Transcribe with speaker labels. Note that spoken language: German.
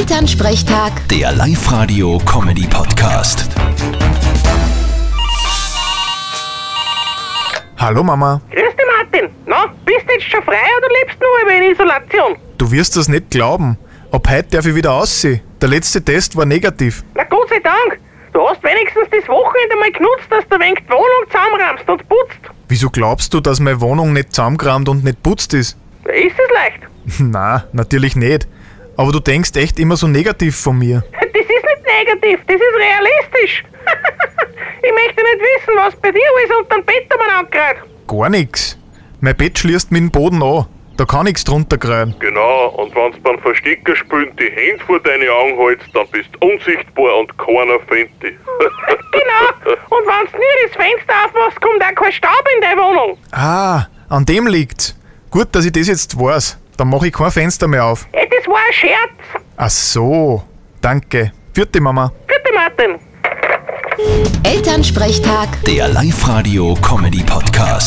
Speaker 1: Elternsprechtag,
Speaker 2: Der Live-Radio-Comedy-Podcast.
Speaker 3: Hallo Mama,
Speaker 4: Grüß dich, Martin. Na, bist du jetzt schon frei oder lebst du noch einmal in Isolation?
Speaker 3: du wirst das nicht glauben. Ab heute darf ich wieder aussehen. Der letzte Test war negativ.
Speaker 4: Na, Gott sei Dank. Du hast wenigstens das Wochenende mal genutzt, dass du ein wenig die Wohnung zusammenrammst und putzt.
Speaker 3: Wieso glaubst du, dass meine Wohnung nicht zusammengerammt und nicht putzt ist?
Speaker 4: Da ist es leicht.
Speaker 3: Na, natürlich nicht. Aber du denkst echt immer so negativ von mir.
Speaker 4: Das ist nicht negativ, das ist realistisch. ich möchte nicht wissen, was bei dir alles um unter den Bettermann angereiht.
Speaker 3: Gar nix. Mein Bett schließt mit dem Boden an. Da kann nichts drunter kreien.
Speaker 5: Genau, und wenn's beim Verstecker spielen die Hände vor deine Augen hältst, dann bist du unsichtbar und keiner findet dich.
Speaker 4: Genau. Und wenn du nie das Fenster aufmachst, kommt auch kein Staub in deine Wohnung.
Speaker 3: Ah, an dem liegt's. Gut, dass ich das jetzt weiß. Dann mache ich kein Fenster mehr auf.
Speaker 4: Ey, das war ein Scherz.
Speaker 3: Ach so, danke. Vierte Mama.
Speaker 4: Bitte, Martin.
Speaker 1: Elternsprechtag.
Speaker 2: Der Live-Radio-Comedy-Podcast.